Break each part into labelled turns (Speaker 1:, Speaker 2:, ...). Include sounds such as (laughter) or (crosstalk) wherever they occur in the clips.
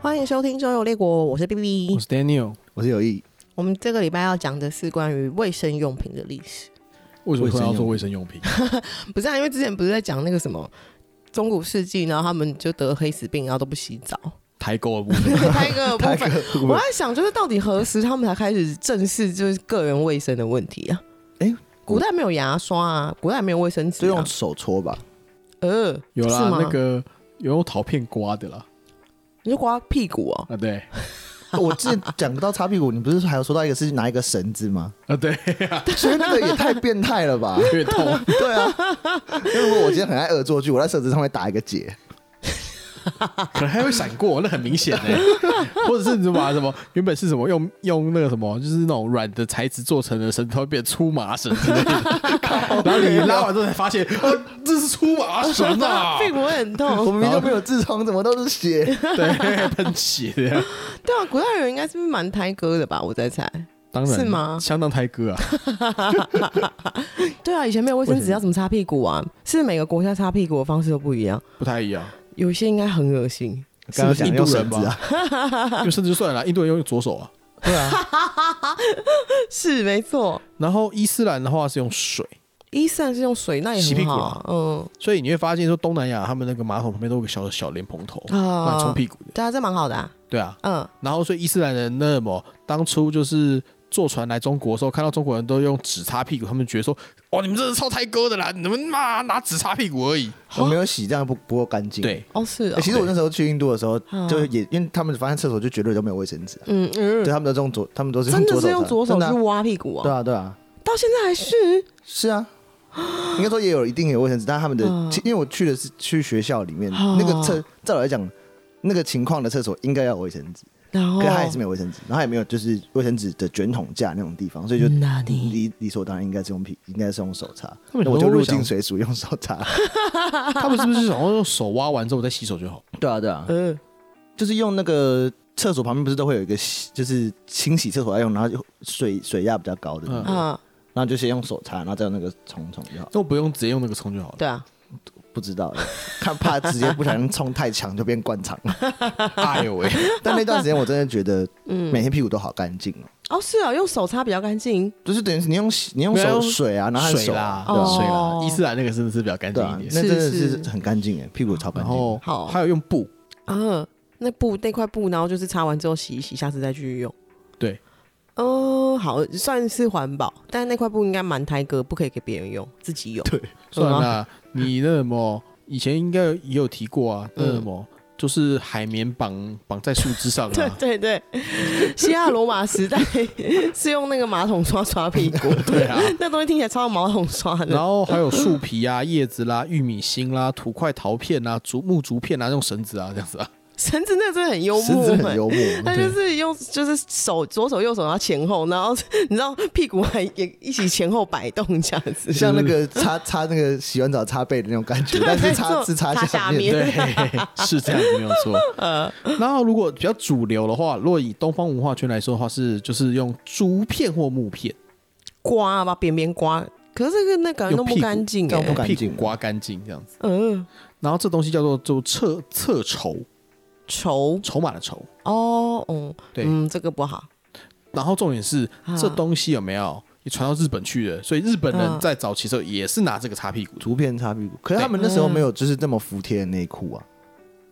Speaker 1: 欢迎收听《周游列国》，我是 B
Speaker 2: 我
Speaker 1: B。
Speaker 2: 是 Daniel，
Speaker 3: 我是有意，
Speaker 1: 我们这个礼拜要讲的是关于卫生用品的历史，
Speaker 2: 为什么
Speaker 3: 卫
Speaker 2: 会
Speaker 3: 生
Speaker 2: 要
Speaker 3: 用
Speaker 2: 做卫生用品？
Speaker 1: 不是、啊、因为之前不是在讲那个什么中古世纪，然后他们就得黑死病，然后都不洗澡，
Speaker 2: 抬购的部分，
Speaker 1: 拍一个部
Speaker 3: 他
Speaker 1: 分。我在想，就是到底何时他们才开始正视就是个人卫生的问题啊？
Speaker 3: 诶
Speaker 1: 古代没有牙刷啊，古代没有卫生纸、
Speaker 3: 就
Speaker 1: 啊
Speaker 3: 哎用，手搓吧，
Speaker 1: 呃，
Speaker 2: (laughs) 有
Speaker 1: 是
Speaker 2: 啦，
Speaker 1: 吗
Speaker 2: 那个有用陶片刮的啦，
Speaker 1: 你就刮屁股哦、
Speaker 2: 啊对，
Speaker 3: 哦我之前讲到擦屁股，你不是还有说到一个是拿一个绳子
Speaker 1: (laughs)
Speaker 3: 吗？
Speaker 2: 啊对，
Speaker 3: 所以那个也太变态了
Speaker 2: (laughs)
Speaker 3: 吧？
Speaker 2: 有点痛，
Speaker 3: 对啊，因为如果我今天很爱恶作剧，我在绳子上面打一个结，
Speaker 2: 可能还会闪过，那很明显哎、 (laughs) 或者是你把什么原本是什么用用那个什么，就是那种软的材质做成的绳子，它会变成粗麻绳之类的， (laughs) 然后你拉完之后才发现，哦，这是粗麻绳 (laughs) 啊，
Speaker 1: 屁股会很
Speaker 3: 我
Speaker 1: 痛。
Speaker 3: 明明就没有痔疮，怎么都
Speaker 1: (laughs)
Speaker 3: 是血？
Speaker 2: 对， (laughs) 喷血这样，
Speaker 1: 对啊，古代人应该是蛮胎哥的吧？我在猜。
Speaker 2: 当然
Speaker 1: 是吗
Speaker 2: 相当胎哥啊，
Speaker 1: 对啊，以前没有卫生
Speaker 2: 为
Speaker 1: 纸，
Speaker 2: 什么
Speaker 1: 要怎么擦屁股啊？是每个国家擦屁股的方式都不一样，
Speaker 2: 不太一样，
Speaker 1: 有些应该很恶心。
Speaker 3: 刚刚讲用绳子
Speaker 2: 印度人 (laughs)
Speaker 3: 啊，
Speaker 2: 用甚至就算了啦，印度人用左手啊，
Speaker 3: 对啊，
Speaker 1: 是没错，
Speaker 2: 然后伊斯兰的话是用水。
Speaker 1: 伊斯兰是用水，那也
Speaker 2: 洗屁
Speaker 1: 很
Speaker 2: 股
Speaker 1: 好
Speaker 2: 啊
Speaker 1: 啊。嗯
Speaker 2: 所以你会发现说，东南亚他们那个马桶旁边都有个小小莲蓬头，让你冲
Speaker 1: 啊，
Speaker 2: 屁股的，
Speaker 1: 对啊，这蛮好的啊。
Speaker 2: 对啊。
Speaker 1: 嗯，
Speaker 2: 然后所以伊斯兰人那么当初就是坐船来中国的时候，看到中国人都用纸擦屁股，他们觉得说，哦哇，你们这是超胎哥的啦，你们妈拿纸擦屁股而已。
Speaker 3: 我没有洗，这样不不够干净。
Speaker 2: 对，
Speaker 1: 哦是哦
Speaker 3: 欸，其实我那时候去印度的时候
Speaker 1: 嗯，
Speaker 3: 就也因为他们发现厕所就绝对都没有卫生纸啊，
Speaker 1: 嗯嗯
Speaker 3: 对，，他们都是用左，他们都是
Speaker 1: 真的是用
Speaker 3: 用
Speaker 1: 左手
Speaker 3: 擦
Speaker 1: 去
Speaker 3: 真的啊
Speaker 1: 挖屁股
Speaker 3: 对
Speaker 1: 啊，
Speaker 3: 啊，对啊，
Speaker 1: 到现在还是
Speaker 3: 是啊，应该说也有一定有卫生纸，但他们的
Speaker 1: 嗯，
Speaker 3: 其因为我去的是去学校里面
Speaker 1: 哦
Speaker 3: 那个厕，照理来讲，那个情况的厕所应该要有卫生纸，
Speaker 1: 然后
Speaker 3: 可是他也是没有卫生纸，然后他也没有就是卫生纸的卷筒架那种地方，所以就
Speaker 1: 那你
Speaker 3: 理理所当然应该是用屁，应该是用手擦。
Speaker 2: 他们
Speaker 3: 那我
Speaker 2: 很
Speaker 3: 就
Speaker 2: 多
Speaker 3: 入
Speaker 2: 会想
Speaker 3: 境水鼠 (laughs) 用手擦。
Speaker 2: (laughs) 他们是不是想要用手挖完之后再洗手就好？
Speaker 3: 对啊，对啊，
Speaker 1: 呃
Speaker 3: 就是用那个厕所旁边不是都会有一个洗，就是清洗厕所要用，然后就水水压比较高的地方，
Speaker 2: 嗯
Speaker 1: 啊，
Speaker 3: 然后就先用手擦，然后再用那个冲冲就好。
Speaker 2: 那我不用直接用那个冲就好
Speaker 3: (laughs)
Speaker 2: 了
Speaker 1: 对啊，
Speaker 3: 不知道，看怕直接不小心冲太强就变灌肠。
Speaker 2: 哎呦喂，
Speaker 3: 但那段时间我真的觉得
Speaker 1: (laughs) 嗯，
Speaker 3: 每天屁股都好干净哦，
Speaker 1: 哦是啊，用手擦比较干净，
Speaker 3: 就是等于是你用洗你用
Speaker 2: 没有
Speaker 3: 手水啊，然后和
Speaker 2: 水
Speaker 3: 手
Speaker 2: 啦
Speaker 3: 啊，
Speaker 1: 哦
Speaker 2: 水啦
Speaker 1: 哦，
Speaker 2: 伊斯兰那个真的是比较干
Speaker 3: 对
Speaker 2: 净
Speaker 3: 啊
Speaker 2: 一，
Speaker 3: 那
Speaker 2: 点。
Speaker 3: 真的
Speaker 1: 是
Speaker 3: 是很干净哎，屁股超干
Speaker 2: 然
Speaker 3: 净。
Speaker 2: 后
Speaker 1: 好
Speaker 2: 还有用布，
Speaker 1: 嗯，那布那块布，然后就是擦完之后洗一洗，下次再继续用。
Speaker 2: 对，
Speaker 1: 哦、好，算是环保，但那块布应该蛮胎哥，不可以给别人用，自己用。
Speaker 2: 算了，你那么以前应该也有提过啊，
Speaker 1: 嗯
Speaker 2: 那么就是海绵绑绑在树枝上
Speaker 1: 对 (laughs)
Speaker 2: 啊，
Speaker 1: 对对，希腊罗马时代 (laughs) 是用那个马桶刷刷屁股，
Speaker 2: 对啊。
Speaker 1: 那东西听起来超像马桶刷
Speaker 2: (laughs) 然
Speaker 1: 的。
Speaker 2: 后还有树皮啊、叶子啦、玉米芯啦、土块、陶片啊、竹木竹片啊，用绳子啊这样子啊，
Speaker 1: 绳子那个真的很幽
Speaker 3: 狮
Speaker 1: 默、
Speaker 3: 子很
Speaker 1: 欸，
Speaker 3: 幽默，
Speaker 1: (laughs) 他就是用就是手左手右手，然后前后，然后你知道屁股还也一起前后摆动这样子。
Speaker 3: 像那个擦擦那个洗完澡擦背的那种感觉，但是
Speaker 1: 没
Speaker 3: 擦
Speaker 1: 错
Speaker 3: 是
Speaker 1: 擦下
Speaker 3: 下
Speaker 1: 面
Speaker 3: 面。
Speaker 2: 对，是这样子没有错。然后如果比较主流的话，如果以东方文化圈来说的话，是就是用竹片或木片，
Speaker 1: 刮吧，边边刮，可是这个啊那感觉
Speaker 2: 用
Speaker 1: 弄不
Speaker 2: 屁股
Speaker 1: 干净、
Speaker 3: 弄不
Speaker 1: 欸，
Speaker 3: 干
Speaker 2: 屁
Speaker 3: 净
Speaker 2: 股刮干净这样子。
Speaker 1: 嗯、
Speaker 2: 然后这东西叫做就厕厕筹，
Speaker 1: 稠
Speaker 2: 筹码的筹。
Speaker 1: 哦，嗯，
Speaker 2: 对
Speaker 1: 嗯，这个不好，
Speaker 2: 然后重点是
Speaker 1: 啊
Speaker 2: 这东西有没有也传到日本去了？所以日本
Speaker 1: 啊
Speaker 2: 人在早期的时候也是拿这个擦屁股的。
Speaker 3: 竹片擦屁股，可是他们那时候
Speaker 1: 嗯
Speaker 3: 没有就是这么服帖的内裤啊，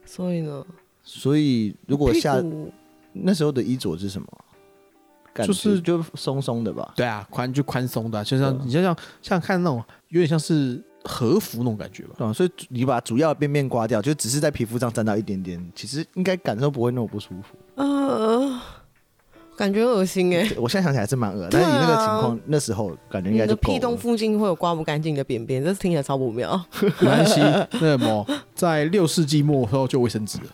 Speaker 1: 所以呢，
Speaker 3: 所以如果
Speaker 1: 屁
Speaker 3: 下
Speaker 1: 股
Speaker 3: 那时候的衣着是什么？感觉
Speaker 2: 就是
Speaker 3: 就松松的吧，
Speaker 2: 对啊，宽就宽松的啊、就像
Speaker 3: 对啊
Speaker 2: 你就像像看那种有点像是和服那种感觉吧。
Speaker 3: 对啊所以你把主要的边边刮掉，就只是在皮肤上沾到一点点，其实应该感受不会那么不舒服。
Speaker 1: 呃，感觉恶心哎、
Speaker 3: 对我现在想起来是蛮恶，
Speaker 1: 对
Speaker 3: 但
Speaker 1: 啊
Speaker 3: 是你那个情况那时候感觉应
Speaker 1: 你
Speaker 3: 该
Speaker 1: 的
Speaker 3: 就够
Speaker 1: 屁洞
Speaker 3: 了。
Speaker 1: 附近会有刮不干净的便便，这听起来超不妙。
Speaker 2: 没关系，那么在六世纪末的时候就有卫生纸了，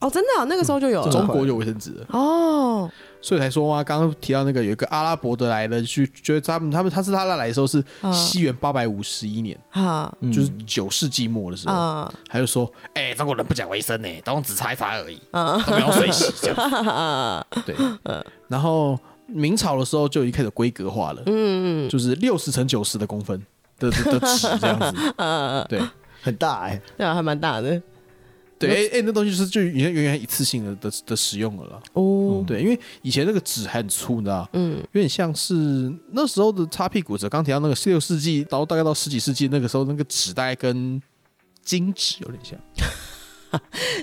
Speaker 1: 哦，真的啊、那个时候就有
Speaker 2: 中
Speaker 1: 了。
Speaker 2: 国就有卫生纸了，
Speaker 1: 哦，
Speaker 2: 所以才说啊，刚刚提到那个有一个阿拉伯的来了，去觉得他们他们他是他来的时候是
Speaker 1: 啊
Speaker 2: 西元八百五十一年，
Speaker 1: 哈
Speaker 3: 嗯
Speaker 2: 就是九世纪末的时候，
Speaker 1: 啊
Speaker 2: 还有说，哎、中国人不讲卫生呢、都用纸擦一擦而已，
Speaker 1: 啊
Speaker 2: 都不用水洗这样。
Speaker 1: 啊！ (laughs)
Speaker 2: 对，然后明朝的时候就已经开始规格化了，嗯，就是六十乘九十的公分的的的尺这样子，对，
Speaker 3: 很大哎、 (laughs)
Speaker 1: 对啊，还蛮大的。
Speaker 2: 对，哎、哎、那东西就是就原原来一次性的的的使用了啦。嗯
Speaker 1: 哦，
Speaker 2: 对，因为以前那个纸还很粗，你知道，
Speaker 1: 嗯，
Speaker 2: 有点像是那时候的擦屁股纸。刚提到那个十六世纪，然后大概到十几世纪那个时候，那个纸大概跟金纸有点像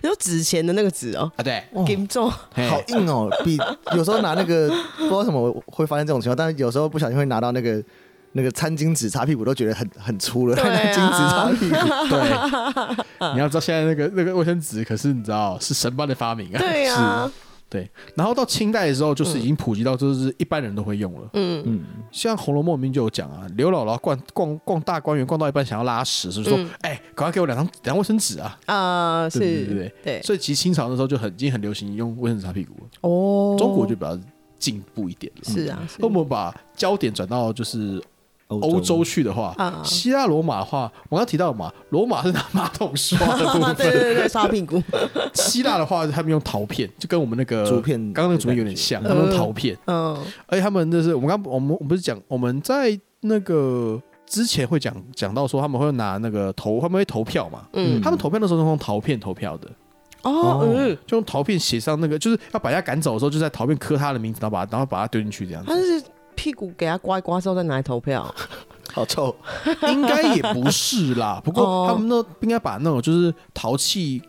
Speaker 1: 你说纸钱的那个纸哦，
Speaker 2: 啊，对，
Speaker 3: 哦
Speaker 1: 金
Speaker 2: (laughs)
Speaker 1: 重，
Speaker 2: 嘿
Speaker 3: (laughs) 好硬哦，比有时候拿那个不知道为什么会发生这种情况，但是有时候不小心会拿到那个那个餐巾纸擦屁股，都觉得很很粗了，
Speaker 1: 对啊
Speaker 3: 拿 (laughs) 巾
Speaker 1: (laughs)
Speaker 3: 纸擦屁股，
Speaker 2: 对，你要知道现在那个那个卫生纸可是你知道是神般的发明啊，
Speaker 1: 对啊，
Speaker 2: 对。然后到清代的时候，就是已经普及到就是一般人都会用了。
Speaker 1: 嗯，
Speaker 3: 嗯，
Speaker 2: 像《红楼梦》里面就有讲啊，刘姥姥逛逛逛大观园，逛到一半想要拉屎，是不是说
Speaker 1: 嗯
Speaker 2: 哎，赶、快给我两张两张卫生纸啊？
Speaker 1: 啊，是，
Speaker 2: 对对对
Speaker 1: 对，
Speaker 2: 所以其实清朝那时候就很已经很流行用卫生纸擦屁股了，
Speaker 1: 哦，
Speaker 2: 中国就比较进步一点了。
Speaker 1: 是啊，是
Speaker 2: 那我们把焦点转到就是欧
Speaker 3: 欧
Speaker 2: 洲去的话，
Speaker 1: 啊
Speaker 2: 希腊罗马的话，我刚提到嘛，罗马是拿马桶刷的部
Speaker 1: (laughs) (laughs)
Speaker 2: 分，
Speaker 1: 对对对，刷屁股，
Speaker 2: 希腊的话，他们用陶片，就跟我们那个
Speaker 3: 竹片
Speaker 2: 刚刚那个竹片有点像，他们用陶片， (laughs)
Speaker 1: 嗯，
Speaker 2: 而哎且他们就是我们刚我们我们不是讲我们在那个之前会讲讲到说他们会拿那个投他们会投票嘛，
Speaker 1: 嗯
Speaker 2: 他们投票的时候是用陶片投票的，
Speaker 1: 哦，嗯，
Speaker 2: 就用陶片写上那个就是要把人家赶走的时候，就在陶片刻他的名字，然后把然后把他丢进去这
Speaker 1: (laughs)
Speaker 2: 样
Speaker 1: 他
Speaker 2: 子，
Speaker 1: 是屁股给他刮一刮之后再拿来投票，
Speaker 3: 好臭，
Speaker 2: 应该也不是啦，不过
Speaker 1: 哦
Speaker 2: 他们那应该把那种就是陶器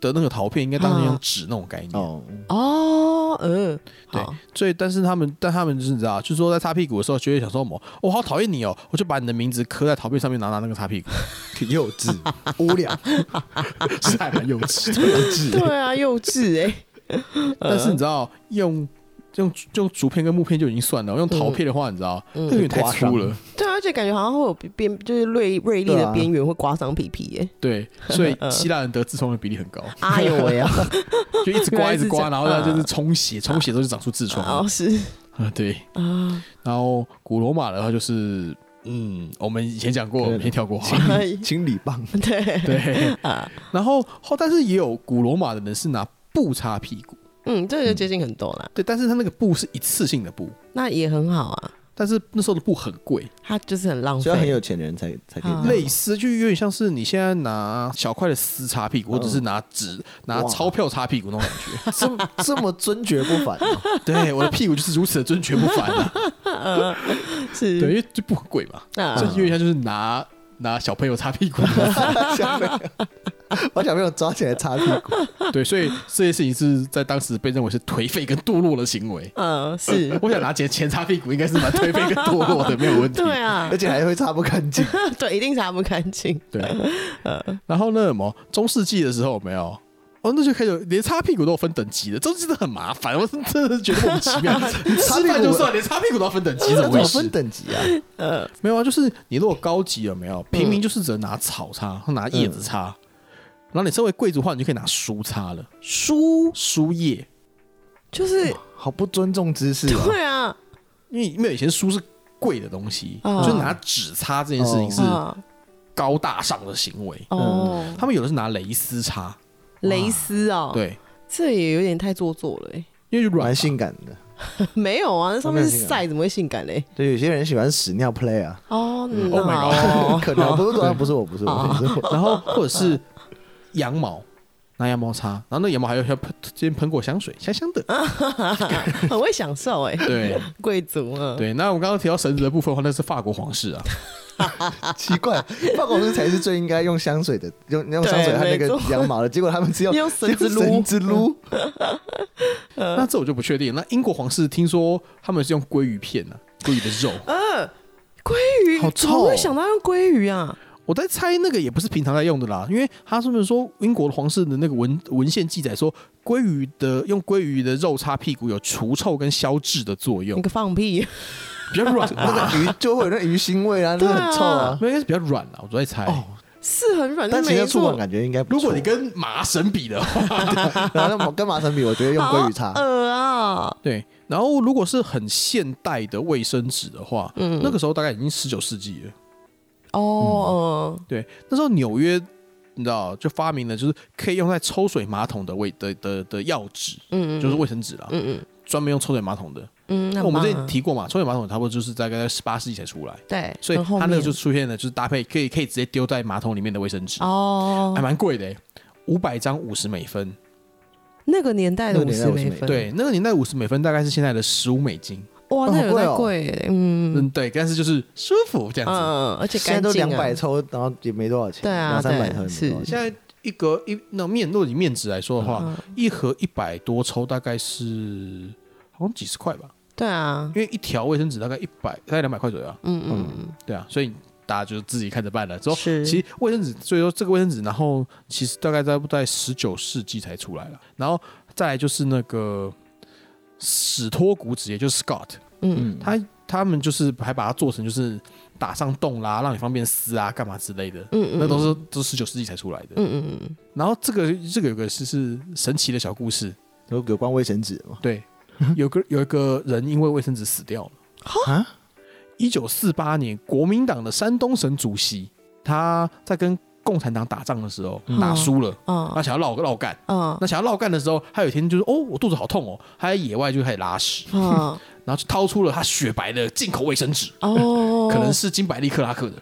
Speaker 2: 的那个陶片应该当成用纸那种概念。
Speaker 3: 哦，
Speaker 1: (laughs) 哦，嗯，
Speaker 2: 对
Speaker 1: 好，
Speaker 2: 所以，但是他们，但他们就是你知道，就是说在擦屁股的时候，就会想说某，我、好讨厌你哦，我就把你的名字刻在陶片上面，拿拿那个擦屁股，
Speaker 3: 幼
Speaker 1: (laughs)
Speaker 3: 稚无聊，
Speaker 2: 是还蛮幼稚的，幼
Speaker 1: (laughs)
Speaker 2: 稚
Speaker 1: (laughs) 对啊，幼稚 (laughs) 哎，
Speaker 2: 但是你知道，用用用竹片跟木片就已经算
Speaker 1: 嗯
Speaker 2: 了，用陶片的话，你知道，那个有点太粗了，
Speaker 1: 对啊，而且感觉好像会有边，就是锐锐利
Speaker 3: 对
Speaker 1: 的
Speaker 3: 啊
Speaker 1: 边缘会刮伤屁屁哎，
Speaker 2: 对，所以希腊人得痔疮的比例很高，
Speaker 1: (laughs) 哎呦 (laughs) 喂啊，
Speaker 2: 就一直
Speaker 1: (laughs) 原
Speaker 2: 刮
Speaker 1: 来
Speaker 2: 一
Speaker 1: 是
Speaker 2: 直刮，
Speaker 1: 这样
Speaker 2: 然后它就是充血，充血之后就长出痔疮
Speaker 1: (laughs) 哦
Speaker 2: 啊，
Speaker 1: 是
Speaker 2: 对。
Speaker 1: (laughs) 啊，
Speaker 2: 然后古罗马的话就是，嗯，我们以前讲过，我
Speaker 3: 对
Speaker 2: 们先跳过好了。
Speaker 1: 哎
Speaker 3: 清理棒，
Speaker 1: (laughs) 对， (laughs) 啊
Speaker 2: 对然后后但是也有古罗马的人是拿布擦屁股，
Speaker 1: 嗯，这就接近很多啦，
Speaker 2: 对，但是他那个布是一次性的布，
Speaker 1: 那也很好啊，
Speaker 2: 但是那时候的布很贵，
Speaker 1: 他就是很浪
Speaker 3: 所以要很
Speaker 1: 费，
Speaker 3: 有钱的人才才可以
Speaker 1: 啊
Speaker 3: 这样， (laughs)
Speaker 2: 类似就有点像是你现在拿小块的丝擦屁股，或者是拿纸拿
Speaker 3: 哇
Speaker 2: 钞票擦屁股那种感觉。
Speaker 3: 这么这么尊爵不凡哦，
Speaker 2: 对，我的屁股就是如此的尊爵不凡啊。
Speaker 1: (laughs) 是，
Speaker 2: 对，因为这布很贵嘛，
Speaker 1: 啊
Speaker 2: 所以有点像就是拿拿小朋友擦屁股。
Speaker 3: (laughs) 小朋友把小朋友抓起来擦屁
Speaker 1: (laughs)
Speaker 3: 股，
Speaker 2: 对，所以这件事情是在当时被认为是颓废跟堕落的行为。，
Speaker 1: 嗯， (laughs) 是
Speaker 2: 我想拿钱钱擦屁股，应该是蛮颓废跟堕落的，没有问题。
Speaker 1: 对啊
Speaker 3: 而，且还会擦不干净，
Speaker 1: (laughs) 对，一定擦不干净，
Speaker 2: (laughs) 对，然后呢，什么中世纪的时候有没有？哦，那就开始有连擦屁股都有分等级的，中世纪真的很麻烦，我 (laughs) 真的是觉得莫名其妙。 (laughs) 你吃饭就算，连擦屁股都要分等 (laughs) 级，怎
Speaker 3: 这
Speaker 2: 么
Speaker 3: 怎么
Speaker 2: 回事？
Speaker 3: 分等级啊？
Speaker 2: 没有啊，就是你如果高级有没有？平民就是只能拿草擦，或拿叶子擦。然后你身为贵族的话，你就可以拿书擦了，
Speaker 1: 书
Speaker 2: 书叶，
Speaker 1: 就是
Speaker 3: 好不尊重知识啊！
Speaker 1: 对哦啊，
Speaker 2: 因为没有以前书是贵的东西，
Speaker 1: 哦
Speaker 2: 就是拿纸擦这件事情是
Speaker 1: 啊
Speaker 2: 高大上的行为。
Speaker 1: 哦，
Speaker 2: 他们有的是拿蕾丝擦，
Speaker 1: 蕾丝哦，，
Speaker 2: 对，
Speaker 1: 这也有点太做作了哎，
Speaker 2: 因为就软
Speaker 3: 蛮
Speaker 2: 嘛
Speaker 3: 性感的。
Speaker 1: 没有啊，那上面
Speaker 3: 没有
Speaker 1: 是
Speaker 3: 性感
Speaker 1: 晒，怎么会性感嘞？
Speaker 3: 对，有些人喜欢屎尿 play 啊，
Speaker 1: 哦，
Speaker 2: 嗯
Speaker 1: 那
Speaker 2: Oh my
Speaker 1: 好
Speaker 2: god
Speaker 1: 哦 (laughs)
Speaker 3: (laughs) 可能啊不是我，不是我，不是我，
Speaker 1: 哦
Speaker 3: 不是
Speaker 1: (laughs)
Speaker 2: (laughs)
Speaker 3: 我。
Speaker 2: 然后或者是羊毛，拿羊毛擦，然后那羊毛还有像喷今天喷过香水，香香的。
Speaker 1: 很会享受哎，
Speaker 2: 对
Speaker 1: 贵族啊，
Speaker 2: 对，那我们刚刚提到绳子的部分的话，那是法国皇室啊，
Speaker 3: 奇怪，法国人才是最应该用香水的，用用香水和那个
Speaker 1: 没错
Speaker 3: 羊毛的，结果他们只有
Speaker 1: 用绳子撸
Speaker 3: 绳子撸，
Speaker 2: 那这我就不确定。那英国皇室听说他们是用鲑鱼片呢、啊，鲑鱼的肉，
Speaker 1: 鲑鱼，
Speaker 2: 好
Speaker 1: 怎
Speaker 2: 臭
Speaker 1: 么会
Speaker 2: 哦
Speaker 1: 想到用鲑鱼啊？
Speaker 2: 我在猜那个也不是平常在用的啦，因为他是不是说英国的皇室的那个文文献记载说，鲑鱼的用鲑鱼的肉擦屁股有除臭跟消滞的作用
Speaker 1: 你，个放屁！
Speaker 2: 比较 (laughs) 软
Speaker 1: 啊
Speaker 3: 那
Speaker 2: 吧，
Speaker 3: 个鱼就会有那鱼腥味啊，那个很臭啊。
Speaker 2: 没有应该是比较软啦，我在猜。
Speaker 3: 哦，
Speaker 1: 是很软，
Speaker 3: 但
Speaker 1: 是
Speaker 3: 其
Speaker 1: 啊没
Speaker 3: 实触
Speaker 1: 错
Speaker 3: 感。感觉应该不错。
Speaker 2: 如果
Speaker 3: (laughs)
Speaker 2: 你跟麻绳比的话，
Speaker 3: 然后跟跟麻绳比，我觉得用
Speaker 1: 好
Speaker 3: 鲑鱼擦，
Speaker 1: 恶啊！
Speaker 2: 对，然后如果是很现代的卫生纸的话，
Speaker 1: 嗯
Speaker 2: 那个时候大概已经十九世纪了。
Speaker 1: 哦，
Speaker 2: 对，那时候纽约，你知道，就发明了就是可以用在抽水马桶的卫的的的药纸，
Speaker 1: 嗯嗯，
Speaker 2: 就是卫生纸啦，
Speaker 1: 嗯嗯
Speaker 2: 专门用抽水马桶的。
Speaker 1: 嗯，
Speaker 2: 那
Speaker 1: 很
Speaker 2: 我们
Speaker 1: 棒
Speaker 2: 之
Speaker 1: 啊
Speaker 2: 前提过嘛，抽水马桶差不多就是大概在十八世纪才出来，
Speaker 1: 对，
Speaker 2: 所以
Speaker 1: 很后
Speaker 2: 它那个
Speaker 1: 面
Speaker 2: 就出现了，就是搭配可以可以直接丢在马桶里面的卫生纸，
Speaker 1: 哦
Speaker 2: 还，蛮贵的欸。五百张五十美分，
Speaker 1: 那个年代的
Speaker 3: 那个
Speaker 1: 五
Speaker 3: 年代
Speaker 1: 十
Speaker 3: 50
Speaker 1: 美
Speaker 3: 美
Speaker 1: 分，
Speaker 2: 对，那个年代五十美分大概是现在的十五美金，
Speaker 1: 哇，
Speaker 3: 哦
Speaker 1: 那有
Speaker 3: 好贵
Speaker 1: 点
Speaker 3: 哦
Speaker 1: 贵耶，嗯
Speaker 2: 嗯，对，但是就是舒服这样子。
Speaker 1: 嗯，而且
Speaker 3: 现在
Speaker 1: 干
Speaker 3: 都
Speaker 1: 净
Speaker 3: 两百
Speaker 1: 啊，
Speaker 3: 抽，然后也没多少钱，
Speaker 1: 对啊
Speaker 3: 两三
Speaker 1: 对
Speaker 3: 百抽也没多少
Speaker 1: 是
Speaker 3: 钱。
Speaker 2: 现在一格一那种面，如果以面值来说的话，
Speaker 1: 嗯
Speaker 2: 一盒一百多抽大概是好像几十块吧，
Speaker 1: 对啊，
Speaker 2: 因为一条卫生纸大概一百大概两百块左右啊，
Speaker 1: 嗯嗯
Speaker 2: 对啊，所以大家就自己看着办了。之后
Speaker 1: 嗯，是，
Speaker 2: 其实卫生纸，所以说这个卫生纸，然后其实大概在在十九世纪才出来了，然后再来就是那个史托古纸，也就是 Scott，
Speaker 1: 嗯，
Speaker 2: 他他们就是还把它做成就是打上洞啦，让你方便撕啊，干嘛之类的，
Speaker 1: 嗯嗯，
Speaker 2: 那都是都十九世纪才出来的。
Speaker 1: 嗯嗯嗯，
Speaker 2: 然后这个这个有个是是神奇的小故事，
Speaker 3: 有有关卫生纸吗？
Speaker 2: 对，有个有一个人因为卫生纸死掉了。
Speaker 3: 啊，
Speaker 2: 一九四八年，国民党的山东省主席他在跟共产党打仗的时候打输了，
Speaker 1: 哦
Speaker 2: 他想要绕绕干。
Speaker 1: 哦
Speaker 2: 那想要绕干的时候，他有一天就是哦，我肚子好痛哦，他在野外就开始拉屎，
Speaker 1: 哦
Speaker 2: 然后就掏出了他雪白的进口卫生纸，
Speaker 1: 哦，
Speaker 2: 可能是金百利克拉克的，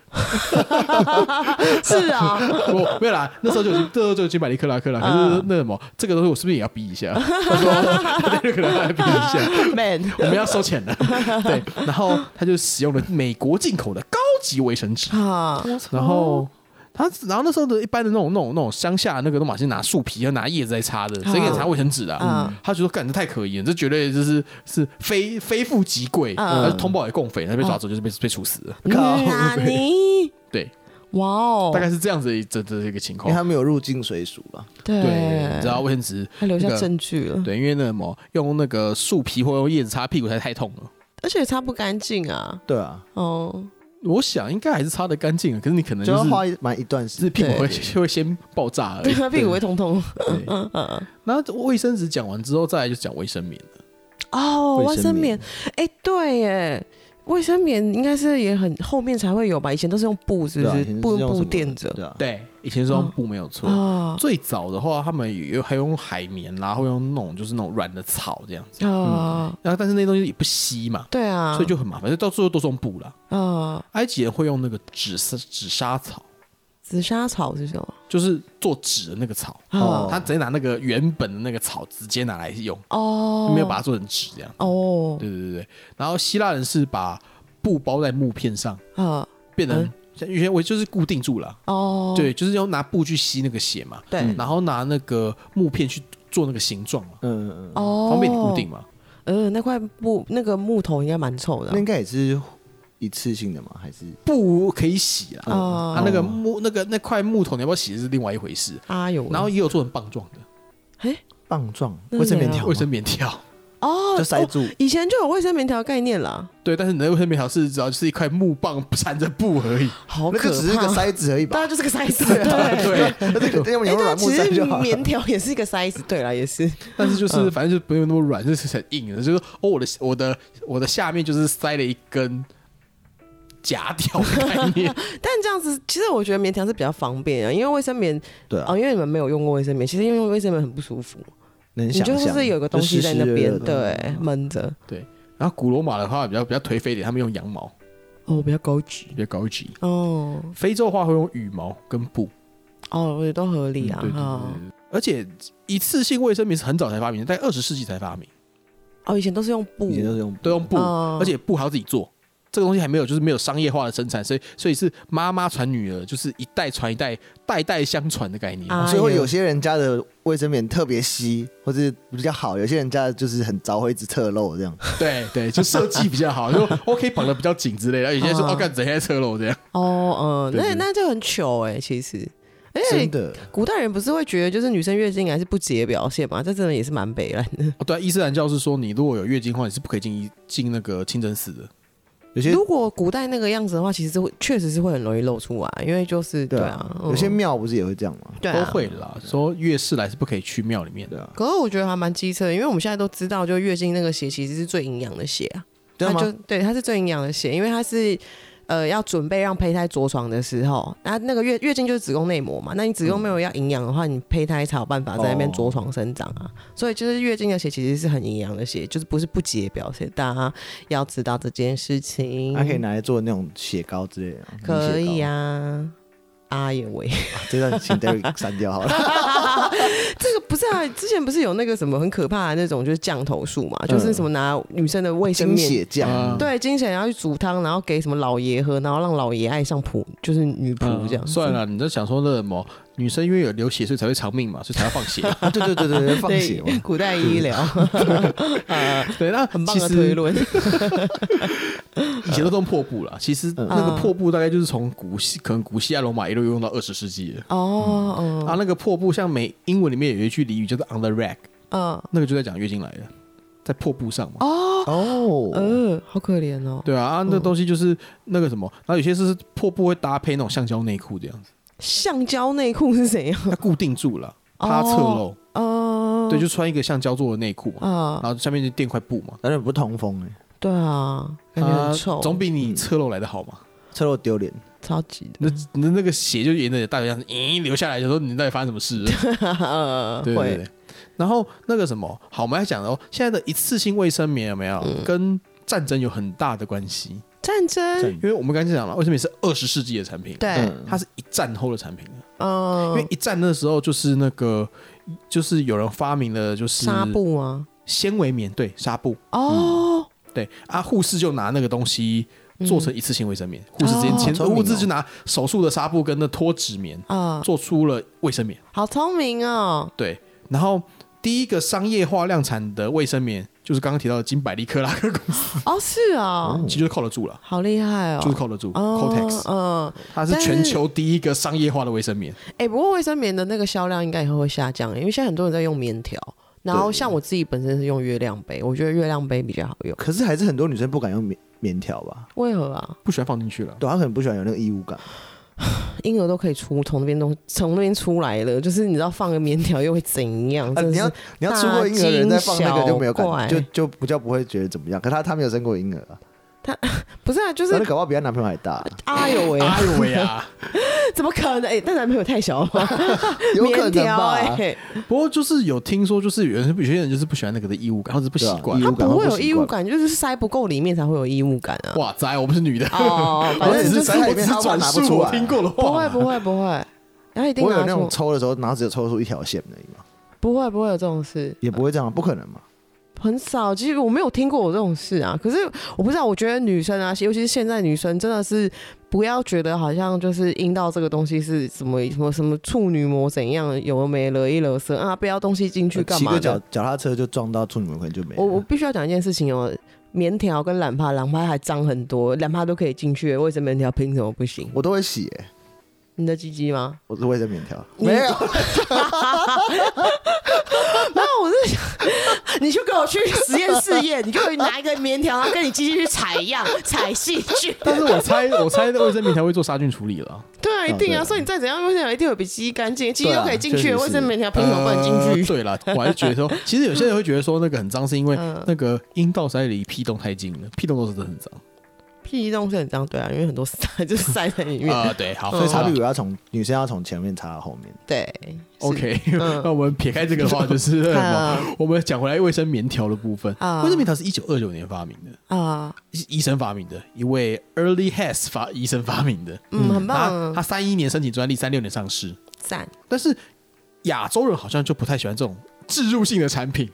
Speaker 1: 是啊，
Speaker 2: 哦我没有啦，那时候就已经那时候就已经买了一克拉克啦。可是那什么，这个东西我是不是也要逼一下？ (laughs) 他说，那可能还逼一
Speaker 1: (laughs)
Speaker 2: 下，
Speaker 1: man，
Speaker 2: 我们要收钱的。对，然后他就使用了美国进口的高级卫生纸，
Speaker 1: 啊，
Speaker 2: 然后。他然后那时候的一般的那种那种那种乡下那个都马是拿树皮要拿叶子在擦的，谁给你擦卫生纸的啊？
Speaker 1: 嗯
Speaker 2: 他觉得干这太可疑了，这绝对就是是非非富即贵，
Speaker 1: 嗯
Speaker 2: 他就通报给共匪，他被抓走就是被被处死了。
Speaker 1: 纳尼，
Speaker 2: 对，
Speaker 1: 嗯哇哦，
Speaker 2: 大概是这样子的一这这这一个情
Speaker 3: 因为
Speaker 2: 况。
Speaker 3: 他们有入啊境水署吧？
Speaker 1: 嗯
Speaker 2: 对，你知道卫生纸
Speaker 1: 他留下
Speaker 2: 那个
Speaker 1: 证据了，
Speaker 2: 对，因为那什么，用那个树皮或用叶子擦屁股才太痛了。
Speaker 1: 而且擦不干净啊，
Speaker 3: 对啊，
Speaker 1: 哦，
Speaker 2: 我想应该还是擦的干净了，可是你可能
Speaker 3: 就
Speaker 2: 就
Speaker 3: 要
Speaker 2: 是
Speaker 3: 花一蛮一段时
Speaker 2: 是屁股会
Speaker 1: 对
Speaker 2: (laughs) 就会先爆炸而
Speaker 1: 对
Speaker 2: 已。
Speaker 1: (laughs) 他屁股会痛痛，
Speaker 2: 对，
Speaker 1: 嗯嗯嗯，
Speaker 2: 那卫生纸讲完之后，再来就讲卫生棉了。
Speaker 1: 哦， (laughs)
Speaker 3: 卫
Speaker 1: 卫
Speaker 3: 生
Speaker 1: 生
Speaker 3: 棉
Speaker 1: 棉，哎，对耶。卫生棉应该是也很后面才会有吧，以前都是用布，是
Speaker 3: 间，
Speaker 1: 不
Speaker 3: 对啊，
Speaker 1: 是
Speaker 3: 以前？
Speaker 1: 布
Speaker 3: 是
Speaker 1: 用
Speaker 3: 用什
Speaker 1: 布
Speaker 3: 么
Speaker 1: 垫着
Speaker 3: 对啊，
Speaker 2: 对，以前是用布没有错。
Speaker 1: 啊
Speaker 2: 最早的话，他们也有还用海绵啦，会用那种就是那种软的草这样子。
Speaker 1: 啊，
Speaker 2: 然后但是那东西也不吸嘛，
Speaker 1: 对啊，
Speaker 2: 嗯所以就很麻烦，就到最后都是用布啦。
Speaker 1: 啊，
Speaker 2: 埃及人会用那个纸沙纸沙草，
Speaker 1: 紫砂草是什么？
Speaker 2: 就是做纸的那个草，
Speaker 1: 哦
Speaker 2: 他直接拿那个原本的那个草直接拿来用。
Speaker 1: 哦，
Speaker 2: 没有把它做成纸这样。
Speaker 1: 哦，
Speaker 2: 对对对对。然后希腊人是把布包在木片上，
Speaker 1: 啊，
Speaker 2: 变成
Speaker 1: 嗯
Speaker 2: 像原先我就是固定住了。
Speaker 1: 哦，
Speaker 2: 对，就是嗯用拿布去吸那个血嘛，
Speaker 1: 对
Speaker 2: 然后拿那个木片去做那个形状嘛，
Speaker 3: 嗯嗯嗯，
Speaker 1: 哦，
Speaker 2: 方便你固定。嘛。
Speaker 1: 呃，那块布那个木头应该蛮臭的
Speaker 3: 那应该也是一次性的嘛？还是
Speaker 2: 布可以洗啦，
Speaker 1: 哦
Speaker 2: 啊，那个木那个那块木头你要不要洗是另外一回事。
Speaker 1: 啊有，
Speaker 2: 然后也有做成棒状的
Speaker 3: 棒状
Speaker 1: 那
Speaker 3: 卫生棉
Speaker 1: 怎样
Speaker 3: 条吗？
Speaker 2: 卫生棉条，
Speaker 1: 哦，
Speaker 3: 就塞
Speaker 1: 哦
Speaker 3: 住，
Speaker 1: 以前就有卫生棉条概念啦，
Speaker 2: 对，但是你的卫生棉条是只要就是一块木棒缠着布而 (laughs) 已，
Speaker 1: 好
Speaker 3: 那
Speaker 1: 可
Speaker 3: 就
Speaker 1: 怕，
Speaker 3: 只是个塞子而已
Speaker 1: 当
Speaker 3: (laughs) 吧？
Speaker 1: 然就是个塞子，
Speaker 3: (laughs)
Speaker 1: 对。
Speaker 2: 对。
Speaker 3: 那这个要不
Speaker 1: 哎
Speaker 3: 然用
Speaker 1: 对啊，
Speaker 3: 软木
Speaker 1: 其
Speaker 3: 塞
Speaker 1: 实
Speaker 3: 就好了。
Speaker 1: 棉条也是一个塞子，对啦，也是
Speaker 2: 但是就是反正就不用那么软，就是很硬的，就是哦，我的我的我的下面就是塞了一根夹条的概
Speaker 3: (laughs)
Speaker 2: 念，
Speaker 1: 但这样子，其实我觉得棉条是比较方便啊，因为卫生棉
Speaker 3: 对啊
Speaker 1: 哦，，因为你们没有用过卫生棉，其实因为卫生棉很不舒服，
Speaker 3: 能
Speaker 1: 你
Speaker 3: 想
Speaker 1: 就
Speaker 3: 象
Speaker 1: 是有一个东西在那
Speaker 3: 就湿湿
Speaker 1: 边
Speaker 3: 热，热的嗯
Speaker 1: 对，闷着，
Speaker 2: 对。然后古罗马的话比较比较颓废一点，他们用羊毛
Speaker 1: 哦，比较高级
Speaker 2: 比较高级。
Speaker 1: 哦，
Speaker 2: 非洲的话会用羽毛跟布，
Speaker 1: 哦，我觉得都合理
Speaker 2: 嗯
Speaker 1: 啊，
Speaker 2: 对对对
Speaker 1: 哈、
Speaker 2: 对对而且一次性卫生棉是很早才发明的，在二十世纪才发明，
Speaker 1: 哦，以前都是用布
Speaker 3: 以，前都是用
Speaker 2: 都用布，
Speaker 1: 哦
Speaker 2: 而且布还要自己做。这个东西还没有，就是没有商业化的生产，所以所以是妈妈传女儿，就是一代传一代，代代相传的概念。
Speaker 1: 啊
Speaker 3: 所以会有些人家的卫生棉特别稀，或是比较好；有些人家的就是很糟，会一直侧漏这样。
Speaker 2: 对对，就设计比
Speaker 1: (laughs)
Speaker 2: 较好，就 OK 绑的比较紧之类的。有些说
Speaker 1: 嗯
Speaker 2: 哦，干整天在车楼这样。
Speaker 1: 哦，嗯，
Speaker 2: 对
Speaker 1: 那
Speaker 2: 对
Speaker 1: 那就很糗哎、其实，而
Speaker 3: 真
Speaker 1: 且
Speaker 3: 的，
Speaker 1: 古代人不是会觉得就是女生月经来是不洁表现嘛？这真的也是蛮北然的。
Speaker 2: 哦，对啊，伊斯兰教是说你如果有月经的话，你是不可以进医进那个清真寺的。
Speaker 3: 有些
Speaker 1: 如果古代那个样子的话，其实是会确实是会很容易露出来，因为就是对
Speaker 3: 对
Speaker 1: 啊
Speaker 3: 啊，，
Speaker 1: 嗯
Speaker 3: 有些庙不是也会这样吗？
Speaker 1: 对
Speaker 2: 都
Speaker 1: 啊。
Speaker 2: 会啦，说月事来是不可以去庙里面的。
Speaker 3: 对啊，
Speaker 1: 可是我觉得还蛮机车的，因为我们现在都知道，就月经那个血其实是最营养的血啊，
Speaker 3: 对啊
Speaker 1: 它
Speaker 3: 吗
Speaker 1: 就？对，它是最营养的血，因为它是呃要准备让胚胎着床的时候，那那个月月经就是子宫内膜嘛，那你子
Speaker 3: 嗯
Speaker 1: 宫没有要营养的话，你胚胎才有办法在那
Speaker 3: 哦
Speaker 1: 边着床生长啊。所以就是月经的血其实是很营养的血，就是不是不洁表现，大家要知道这件事情。
Speaker 3: 还可以拿来做那种雪糕之类的，
Speaker 1: 嗯可以
Speaker 3: 啊！
Speaker 1: 啊，啊也喂，
Speaker 3: 这段请 Derek 删掉好了。
Speaker 1: (laughs) 这个不是啊，之前不是有那个什么很可怕的那种，就是降头术嘛，就是什么拿女生的卫生
Speaker 3: 金
Speaker 1: 棉
Speaker 3: 嗯哦血酱，
Speaker 2: 嗯
Speaker 1: 对，金钱然后去煮汤，然后给什么老爷喝，然后让老爷爱上仆，就是女仆这样、
Speaker 2: 嗯算，了，你在想说那什么？女生因为有流血，所以才会长命嘛，所以才要放血。
Speaker 3: 啊，对对
Speaker 1: (laughs)
Speaker 3: 对对，对放血
Speaker 1: 对
Speaker 3: 嘛，，
Speaker 1: 古代医
Speaker 2: (laughs)
Speaker 1: 疗，呃，
Speaker 2: 对，那
Speaker 1: 很棒
Speaker 2: 其
Speaker 1: 的
Speaker 2: 实
Speaker 1: 推论。
Speaker 2: 以前都是用破布啦，其实
Speaker 1: 嗯
Speaker 2: 那个破布大概就是从古希，可能古希腊罗马一路用到二十世纪的。
Speaker 1: (laughs) 哦，
Speaker 2: 啊，那个破布像美英文里面有一句俚语叫做 on the rack，
Speaker 1: 嗯
Speaker 2: 那个就在讲月经来的，在破布上嘛。
Speaker 3: 哦
Speaker 1: 嗯，呃，好可怜哦，
Speaker 2: 对啊，啊，那东西就是那个什么，然后有些是破布会搭配那种橡胶内裤这样子，
Speaker 1: 橡胶内裤是怎样？
Speaker 2: 它固定住了，怕侧漏，
Speaker 1: 哦，
Speaker 2: 对，就穿一个橡胶做的内裤嘛，
Speaker 1: 啊，
Speaker 2: 然后下面就垫块布嘛，
Speaker 3: 有点不通风哎，
Speaker 1: 对啊，感觉
Speaker 2: 啊
Speaker 1: 很嗯臭，
Speaker 2: 总比你侧漏来的好嘛。
Speaker 3: 赤裸丢脸。
Speaker 1: 超级
Speaker 2: 那那那个血就沿着你的大腿这样子，咦，流下来，就说你到底发生什么事了？
Speaker 1: 的，呃
Speaker 2: (laughs) 对对
Speaker 1: 会
Speaker 2: 对。然后那个什么，好，我们来讲哦，现在的一次性卫生棉有没有、
Speaker 1: 嗯
Speaker 2: 跟战争有很大的关系？
Speaker 1: 战争，
Speaker 2: 因为我们刚才讲了，卫生棉是二十世纪的产品，
Speaker 1: 嗯对，
Speaker 3: 嗯
Speaker 2: 它是一战后的产品，因为
Speaker 1: 嗯，
Speaker 2: 一战那时候就是那个，就是有人发明了就是
Speaker 1: 纱布吗？
Speaker 2: 纤维棉，对，纱布，
Speaker 1: 哦，
Speaker 2: 对啊，护士就拿那个东西。做成一次性卫生棉，护士之间
Speaker 1: 哦
Speaker 2: 签，
Speaker 3: 聪明哦
Speaker 2: 护士就拿手术的纱布跟那脱脂棉
Speaker 1: 啊，
Speaker 2: 做出了卫生棉。
Speaker 1: 好聪明哦，
Speaker 2: 对，然后第一个商业化量产的卫生棉就是刚刚提到的金百利克拉克公司，
Speaker 1: 哦，是啊，
Speaker 2: 其实就是靠得住了。
Speaker 1: 好厉害哦，
Speaker 2: 就是靠得住、
Speaker 1: 哦
Speaker 2: c o t e x
Speaker 1: 嗯，
Speaker 2: 它是全球第一个商业化的卫生棉。
Speaker 1: 哎、不过卫生棉的那个销量应该以后会下降，欸因为现在很多人在用棉条。然后像我自己本身是用月亮杯，我觉得月亮杯比较好用。
Speaker 3: 可是还是很多女生不敢用棉棉条吧？
Speaker 1: 为何啊？
Speaker 2: 不喜欢放进去了，
Speaker 3: 对，她可能不喜欢有那个异物感。
Speaker 1: 婴儿都可以出从那边东从那边出来了，就是你知道放个棉条又会怎样？
Speaker 3: 啊，
Speaker 1: 真的
Speaker 3: 你
Speaker 1: 是
Speaker 3: 要你要出过婴儿的人再放那个就没有
Speaker 1: 大
Speaker 3: 感
Speaker 1: 惊
Speaker 3: 觉，
Speaker 1: 小
Speaker 3: 就就不叫不会觉得怎么样。可她她没有生过婴儿啊，
Speaker 1: 不是啊？就是
Speaker 3: 她的搞不好比她男朋友还大，
Speaker 1: 哎呦喂，
Speaker 2: 哎呦喂啊！
Speaker 1: 怎么可能？哎、但男朋友太小了吧？
Speaker 3: 啊有可
Speaker 1: (laughs) 棉
Speaker 3: 能
Speaker 1: 条
Speaker 3: 吧？
Speaker 1: 哎、
Speaker 2: (laughs) 不过就是有听说，就是有人有些人就是不喜欢那个的异物感，或者是不习惯
Speaker 3: 对啊异
Speaker 1: 它
Speaker 3: 物。感
Speaker 1: 不会有异物
Speaker 3: 会不习
Speaker 1: 感，就是塞不够里面才会有异物感啊。
Speaker 2: 哇塞，我不是女的，
Speaker 1: 哦，反
Speaker 3: (laughs) 我
Speaker 1: 正
Speaker 3: 只
Speaker 1: 就是是
Speaker 3: 塞在里
Speaker 2: 我
Speaker 3: 面
Speaker 2: 只是
Speaker 3: 她怕
Speaker 2: 转
Speaker 3: 拿不
Speaker 2: 述
Speaker 3: 出来
Speaker 2: 我
Speaker 3: 啊
Speaker 2: 听过的
Speaker 1: 不会
Speaker 2: 话。
Speaker 1: 不会不会，他一定
Speaker 3: 我有
Speaker 1: 拿
Speaker 3: 那种
Speaker 1: 错，
Speaker 3: 抽的时候，然后只有抽出一条线而已嘛，
Speaker 1: 不会不会有这种事。
Speaker 3: 也不会这样，不可能嘛？
Speaker 1: 很少，其实我没有听过我这种事啊。可是我不知道，我觉得女生啊，尤其是现在女生，真的是不要觉得好像就是阴道这个东西是什么什么什么处女膜怎样，有的没了一了色啊，不要东西进去干
Speaker 3: 骑
Speaker 1: 嘛
Speaker 3: 个脚
Speaker 1: 的？
Speaker 3: 脚踏车啊就撞到处女们，可能就没了。
Speaker 1: 我我必须要讲一件事情哦，棉条跟懒帕，懒帕还脏很多，懒帕都可以进去，卫生棉条凭什么不行？
Speaker 3: 我都会洗、欸，
Speaker 1: 你的鸡鸡吗？
Speaker 3: 我是卫生棉条，
Speaker 1: 你
Speaker 3: 没有，
Speaker 1: 那我是想，你就给我去实验室验，你给我拿一个棉条，然后跟你鸡鸡去采样、采细菌。
Speaker 2: 但是我猜，我猜卫生棉才会做杀菌处理了。
Speaker 1: (laughs) 对啊，一定
Speaker 3: 对
Speaker 1: 啊！
Speaker 3: 啊
Speaker 1: 所以你再怎样，卫生棉一定有比鸡干净，鸡
Speaker 3: 对啊
Speaker 1: 都可以进
Speaker 3: 确
Speaker 1: 去，
Speaker 3: 实
Speaker 1: 卫生
Speaker 3: 是
Speaker 1: 棉条凭什么不能进去？
Speaker 2: 呃对了，我还是觉
Speaker 1: (laughs)
Speaker 2: 得说，其实有些人会觉得说那个很脏，是因为
Speaker 1: 嗯
Speaker 2: 那个阴道实在离屁洞太近了，屁洞都是真的很脏。
Speaker 1: 屁洞是很脏，对啊，因为很多塞就是塞在里面。
Speaker 2: (laughs) 啊、对，好，
Speaker 3: 所以擦
Speaker 1: 嗯
Speaker 2: 好
Speaker 3: 屁
Speaker 1: 哦
Speaker 3: 股要从女生要从前面擦到后面。
Speaker 1: 对
Speaker 2: OK，、 (laughs)
Speaker 1: 嗯
Speaker 2: 那我们撇开这个的话，
Speaker 1: (laughs)
Speaker 2: 就是什么？
Speaker 1: 啊
Speaker 2: 我们讲回来卫生棉条的部分。
Speaker 1: 啊
Speaker 2: 卫生棉条是一九二九年发明的，
Speaker 1: 啊，
Speaker 2: 是医生发明的，一位 Early Hess 发医生发明的。
Speaker 1: 嗯，很
Speaker 2: 他
Speaker 1: 棒
Speaker 2: 他，三一年申请专利，三六年上市。
Speaker 1: 赞。
Speaker 2: 但是亚洲人好像就不太喜欢这种植入性的产品，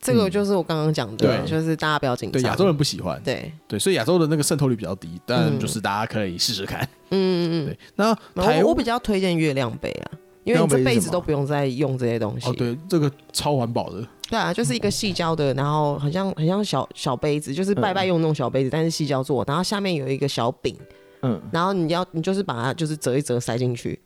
Speaker 1: 这个就是我刚刚讲的，
Speaker 2: 对
Speaker 1: 就是啊大家不要紧张。
Speaker 2: 对亚洲人不喜欢，
Speaker 1: 对，
Speaker 2: 对，所以亚洲的那个渗透率比较低。但就是大家可以试试看。
Speaker 1: 嗯嗯
Speaker 2: 对，那
Speaker 1: 嗯，
Speaker 2: 台
Speaker 1: 我我
Speaker 2: 湾
Speaker 1: 比较推荐月亮杯啊，因为你
Speaker 3: 月亮杯
Speaker 1: 这
Speaker 3: 是
Speaker 1: 辈
Speaker 3: 什
Speaker 1: 子
Speaker 3: 么
Speaker 1: 都不用再用这些东西。
Speaker 2: 哦，对，这个超环保的，
Speaker 1: 对啊，就是一个细胶的，然后
Speaker 2: 嗯
Speaker 1: 好像很像小小杯子，就是拜拜用那种小杯子，但是细胶做，然后下面有一个小柄，
Speaker 3: 嗯，
Speaker 1: 然后你要你就是把它就是折一折塞进去，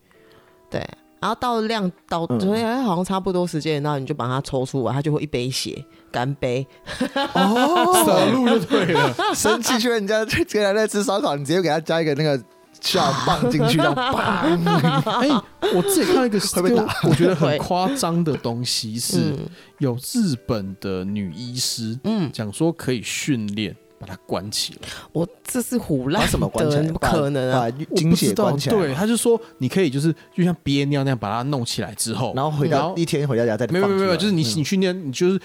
Speaker 1: 对，然后到量到
Speaker 3: 嗯
Speaker 1: 昨天好像差不多时间，然后你就把它抽出来，它就会一杯血干杯，
Speaker 2: (laughs) 扫路就对了。
Speaker 3: 生气去人家原来在吃烧烤，你直接给他加一个那个小棒进去，让棒。
Speaker 2: 哎、我自己看到一 (laughs) 个
Speaker 3: 会被打
Speaker 2: 我觉得 (laughs) 很
Speaker 1: 会
Speaker 2: 夸张的东西是，
Speaker 1: 嗯
Speaker 2: 有日本的女医师
Speaker 1: 嗯，
Speaker 2: 讲说可以训练把它关起来，
Speaker 1: 我这是胡
Speaker 3: 把
Speaker 1: 乱
Speaker 3: 什么关起
Speaker 1: 的，
Speaker 3: 来？
Speaker 1: 怎么可能啊？
Speaker 3: 把
Speaker 2: 我
Speaker 3: 精
Speaker 2: 不知
Speaker 3: 血
Speaker 2: 道
Speaker 3: 关起来，
Speaker 2: 对，，他就说你可以就是就像憋尿那样把它弄起来之后，
Speaker 3: 然后回
Speaker 2: 然
Speaker 3: 到
Speaker 2: 后
Speaker 3: 一天回到家再
Speaker 2: 没有没有没有，就是你
Speaker 3: 嗯
Speaker 2: 啊你去尿，你就是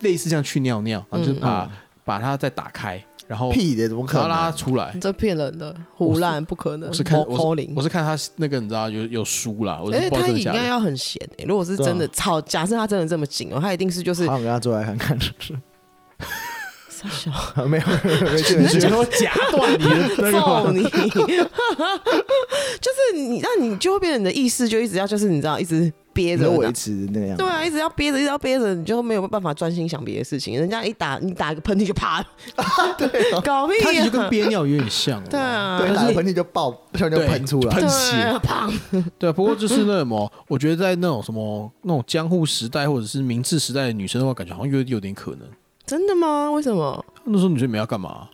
Speaker 2: 类似像去尿尿，然后就是把、把它再打开，然后
Speaker 3: 屁的，怎么可
Speaker 2: 然后
Speaker 3: 能？嗯
Speaker 2: 让它出来
Speaker 1: 你。这骗人的，胡乱不可能。
Speaker 2: 我是看我
Speaker 1: 偷
Speaker 2: 是
Speaker 1: 灵
Speaker 2: 我，是看他那个你知道有有书啦，我
Speaker 1: 而
Speaker 2: 是
Speaker 3: 哎
Speaker 1: 且
Speaker 2: 不知道
Speaker 1: 他
Speaker 2: 真的
Speaker 1: 应
Speaker 2: 假
Speaker 1: 该
Speaker 2: 的。
Speaker 1: 要很闲欸如果是
Speaker 3: 对啊
Speaker 1: 真的，操，假设他真的这么紧哦，他一定是就是
Speaker 3: 好，我跟他坐来看看。
Speaker 1: 傻小
Speaker 3: 没有没有没有，去 (laughs)
Speaker 2: 你觉得我夹断你的
Speaker 3: 啊
Speaker 2: 那
Speaker 1: 揍
Speaker 2: 个吗？
Speaker 1: 你， (laughs) 就是你，那你就会变成你的意识就一直要，就是你知道，一直憋着
Speaker 3: 能
Speaker 1: 我
Speaker 3: 维。持那个样子
Speaker 1: 对。啊，一直要憋着，一直要憋着，你就没有办法专心想别的事情。人家一打你打个喷嚏就啪，对，搞屁
Speaker 2: 它其实
Speaker 1: 呀
Speaker 2: 跟！憋尿有点像。
Speaker 1: 对啊，
Speaker 3: (laughs) 对，打
Speaker 1: 对
Speaker 3: 个喷嚏就爆，不小心就
Speaker 2: 对
Speaker 3: 喷出来。
Speaker 2: 喷
Speaker 1: 啊
Speaker 2: 血。
Speaker 1: 砰！
Speaker 2: 对啊，不过就是那什么，我觉得在那种什么那种江户时代或者是明治时代的女生的话，感觉好像有有点可能。
Speaker 1: 真的吗？为什么？
Speaker 2: 那时候女生没要干嘛？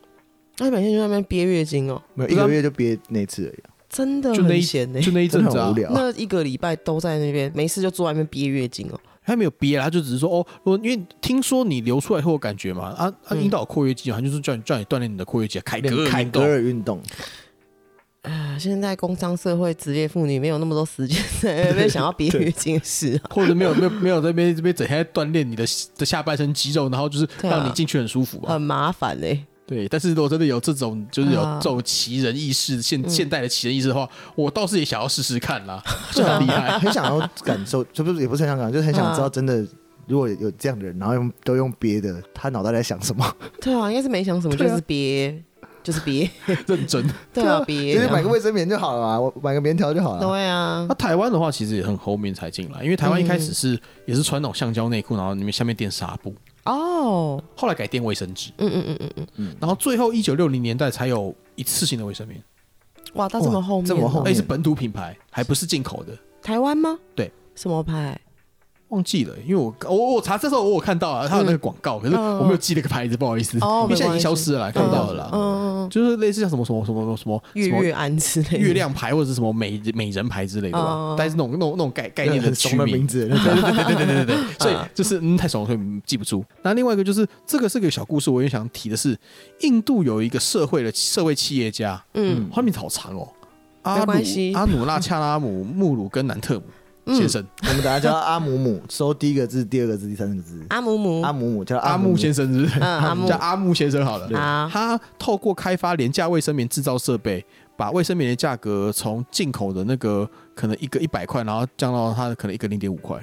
Speaker 1: 他每天就在那边憋月经哦，
Speaker 3: 没有
Speaker 2: 对
Speaker 3: 一
Speaker 2: 啊
Speaker 3: 个月就憋那次而已啊，
Speaker 1: 真的
Speaker 2: 就那
Speaker 1: 很
Speaker 2: 一
Speaker 1: 闲呢。
Speaker 2: 就那一
Speaker 3: 欸真
Speaker 2: 阵
Speaker 3: 的
Speaker 2: 子
Speaker 3: 很
Speaker 2: 啊
Speaker 3: 无，聊。
Speaker 1: 那一个礼拜都在那边，没事就坐外面憋月经哦。
Speaker 2: 她没有憋啦，她就只是说哦，我因为听说你流出来会有感觉嘛，啊啊，
Speaker 1: 嗯
Speaker 2: 引导括约肌，她就是叫你叫你锻炼你的括约肌，啊凯格尔
Speaker 3: 凯
Speaker 2: 运
Speaker 3: 格
Speaker 2: 动。
Speaker 3: 尔运动，
Speaker 1: 啊，现在工商社会职业妇女没有那么多时间在那边想要憋月经的事啊。
Speaker 2: 或者没有没有没有在那边这边整天在锻炼你的的下半身肌肉，然后就是
Speaker 1: 对啊
Speaker 2: 让你进去很舒服吧。
Speaker 1: 很麻烦欸嘞、
Speaker 2: 对，但是如果真的有这种就是有
Speaker 1: 啊嗯
Speaker 2: 这种奇人异事，现、现代的奇人异事的话，我倒是也想要试试
Speaker 1: (laughs)
Speaker 2: 看啦，这很厉害。
Speaker 3: 很想要感受，就不是也不是很想感受，就是很想知
Speaker 1: 嗯
Speaker 3: 道真的，如果有这样的人，然后用都用憋的，他脑袋在想什么？
Speaker 1: 对啊，应该是没想什么，
Speaker 2: 对
Speaker 1: 就
Speaker 2: 啊
Speaker 1: 是憋，就是 (laughs) 憋，
Speaker 2: 认真。
Speaker 1: 对啊，憋
Speaker 3: 就是买
Speaker 1: 啊。
Speaker 3: 个卫生棉就好了嘛，我买个棉条就好了。
Speaker 1: 对啊
Speaker 2: 那、，台湾的话，其实也很后面才进来，因为台湾一开
Speaker 1: 嗯
Speaker 2: 始是、也是穿那种橡胶内裤，然后里面下面垫纱布，
Speaker 1: 哦，
Speaker 2: 后来改垫卫生纸，
Speaker 1: 嗯嗯嗯嗯嗯，
Speaker 2: 然后最后一九六零年代才有一次性的卫生棉，
Speaker 1: 哇，到这么
Speaker 3: 哇
Speaker 1: 后面哦，
Speaker 3: 这么后
Speaker 2: 而
Speaker 3: 面
Speaker 2: 且是本土品牌，还不是进口的。
Speaker 1: 台湾吗？
Speaker 2: 对，
Speaker 1: 什么牌？
Speaker 2: 忘记了，因为我哦我我查这时候我有看到啊，它有那个广告，可是我没有记那个牌子，不好意思，
Speaker 1: 哦
Speaker 2: 因为现在已
Speaker 1: 没关
Speaker 2: 经
Speaker 1: 系
Speaker 2: 消失了啦，看不到了啦。
Speaker 1: 嗯，嗯嗯
Speaker 2: 就是类似像什么什么什么什么
Speaker 1: 月
Speaker 2: 什么
Speaker 1: 月安之类的，
Speaker 2: 月亮牌或者是什么美美人牌之类的吧
Speaker 1: 哦，
Speaker 2: 但是那种那种那种概概念
Speaker 3: 很
Speaker 2: 区
Speaker 3: 怂的
Speaker 2: 名
Speaker 3: 名。字，那
Speaker 2: 对对 (laughs) 对对对对对对，所以就是嗯太怂了，所以记不住。那另外一个就是这个是个小故事，我也想提的是，印度有一个社会的社会企业家，
Speaker 1: 嗯，
Speaker 2: 画面好长哦，阿
Speaker 1: 没
Speaker 2: 努
Speaker 1: 关系嗯
Speaker 2: 阿努拉恰拉姆穆鲁跟南特姆先生，
Speaker 3: 我们等下叫他阿姆姆，收第一个字、第二个字、第三个字，
Speaker 1: (laughs) 阿姆姆，
Speaker 3: 阿姆姆叫他
Speaker 2: 阿
Speaker 3: 姆
Speaker 2: 木
Speaker 3: 姆
Speaker 2: 先生是不是？
Speaker 1: 嗯，阿姆
Speaker 2: 叫，阿木先生好了。
Speaker 1: 好，
Speaker 2: 他透过开发廉价卫生棉制造设备，把卫生棉的价格从进口的那个可能一个一百块，然后降到它的可能一个零点五块。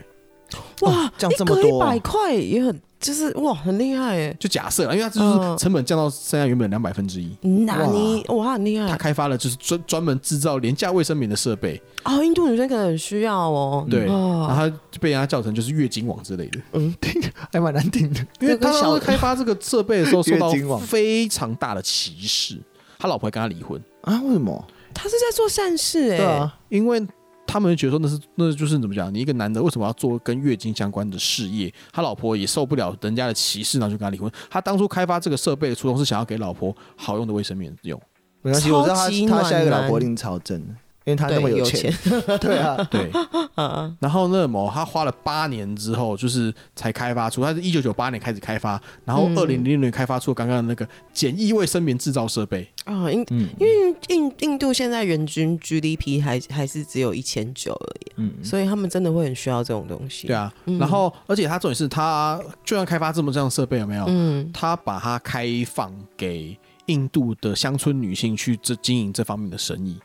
Speaker 1: 哇，
Speaker 3: 降哦这么
Speaker 1: 一个
Speaker 3: 多
Speaker 1: 一百块也很，就是哇，很厉害哎，
Speaker 2: 就假设啦，因为它
Speaker 1: 嗯
Speaker 2: 就是成本降到剩下原本两百分之一。
Speaker 1: 那你哇，很厉
Speaker 2: 他
Speaker 1: 害
Speaker 2: 开发了就是专专门制造廉价卫生棉的设备，
Speaker 1: 哦，印度女生可能很需要哦，
Speaker 2: 对，然后
Speaker 1: 哦，
Speaker 2: 他就被人家叫成就是月经网之类的，
Speaker 3: 还蛮难听的。
Speaker 2: 因为
Speaker 1: 这
Speaker 2: 他
Speaker 1: 个小
Speaker 2: 当时开发这个设备的时候受到
Speaker 3: 月经网
Speaker 2: 非常大的歧视，他老婆还跟他离婚，
Speaker 3: 啊？为什么？
Speaker 1: 她是在做善事哎，
Speaker 3: 对啊，
Speaker 2: 因为他们觉得说那是那就是怎么讲，你一个男的为什么要做跟月经相关的事业？他老婆也受不了人家的歧视，然后就跟他离婚。他当初开发这个设备的初衷是想要给老婆好用的卫生棉用，
Speaker 3: 没关系，我知道他
Speaker 1: 超级
Speaker 3: 他下一个
Speaker 1: 暖
Speaker 3: 老
Speaker 1: 男
Speaker 3: 婆一定超正的，因为他
Speaker 1: 对，
Speaker 3: 那么
Speaker 1: 有
Speaker 3: 钱。， (laughs) 对啊，
Speaker 2: 对。
Speaker 1: (laughs) 嗯，
Speaker 2: 然后那某他花了八年之后，就是才开发出，他是一九九八年开始开发，然后
Speaker 1: 嗯
Speaker 2: 二零零六年开发出刚刚的那个简易卫生棉制造设备。
Speaker 1: 啊，印
Speaker 3: 嗯
Speaker 1: 因为印印度现在人均 GDP 还还是只有一千九而已，啊
Speaker 3: 嗯，
Speaker 1: 所以他们真的会很需要这种东西。
Speaker 2: 对，啊，然后而且他重点是他就算开发这么这样的设备有没有？
Speaker 1: 嗯，
Speaker 2: 他把它开放给印度的乡村女性去这经营这方面的生意，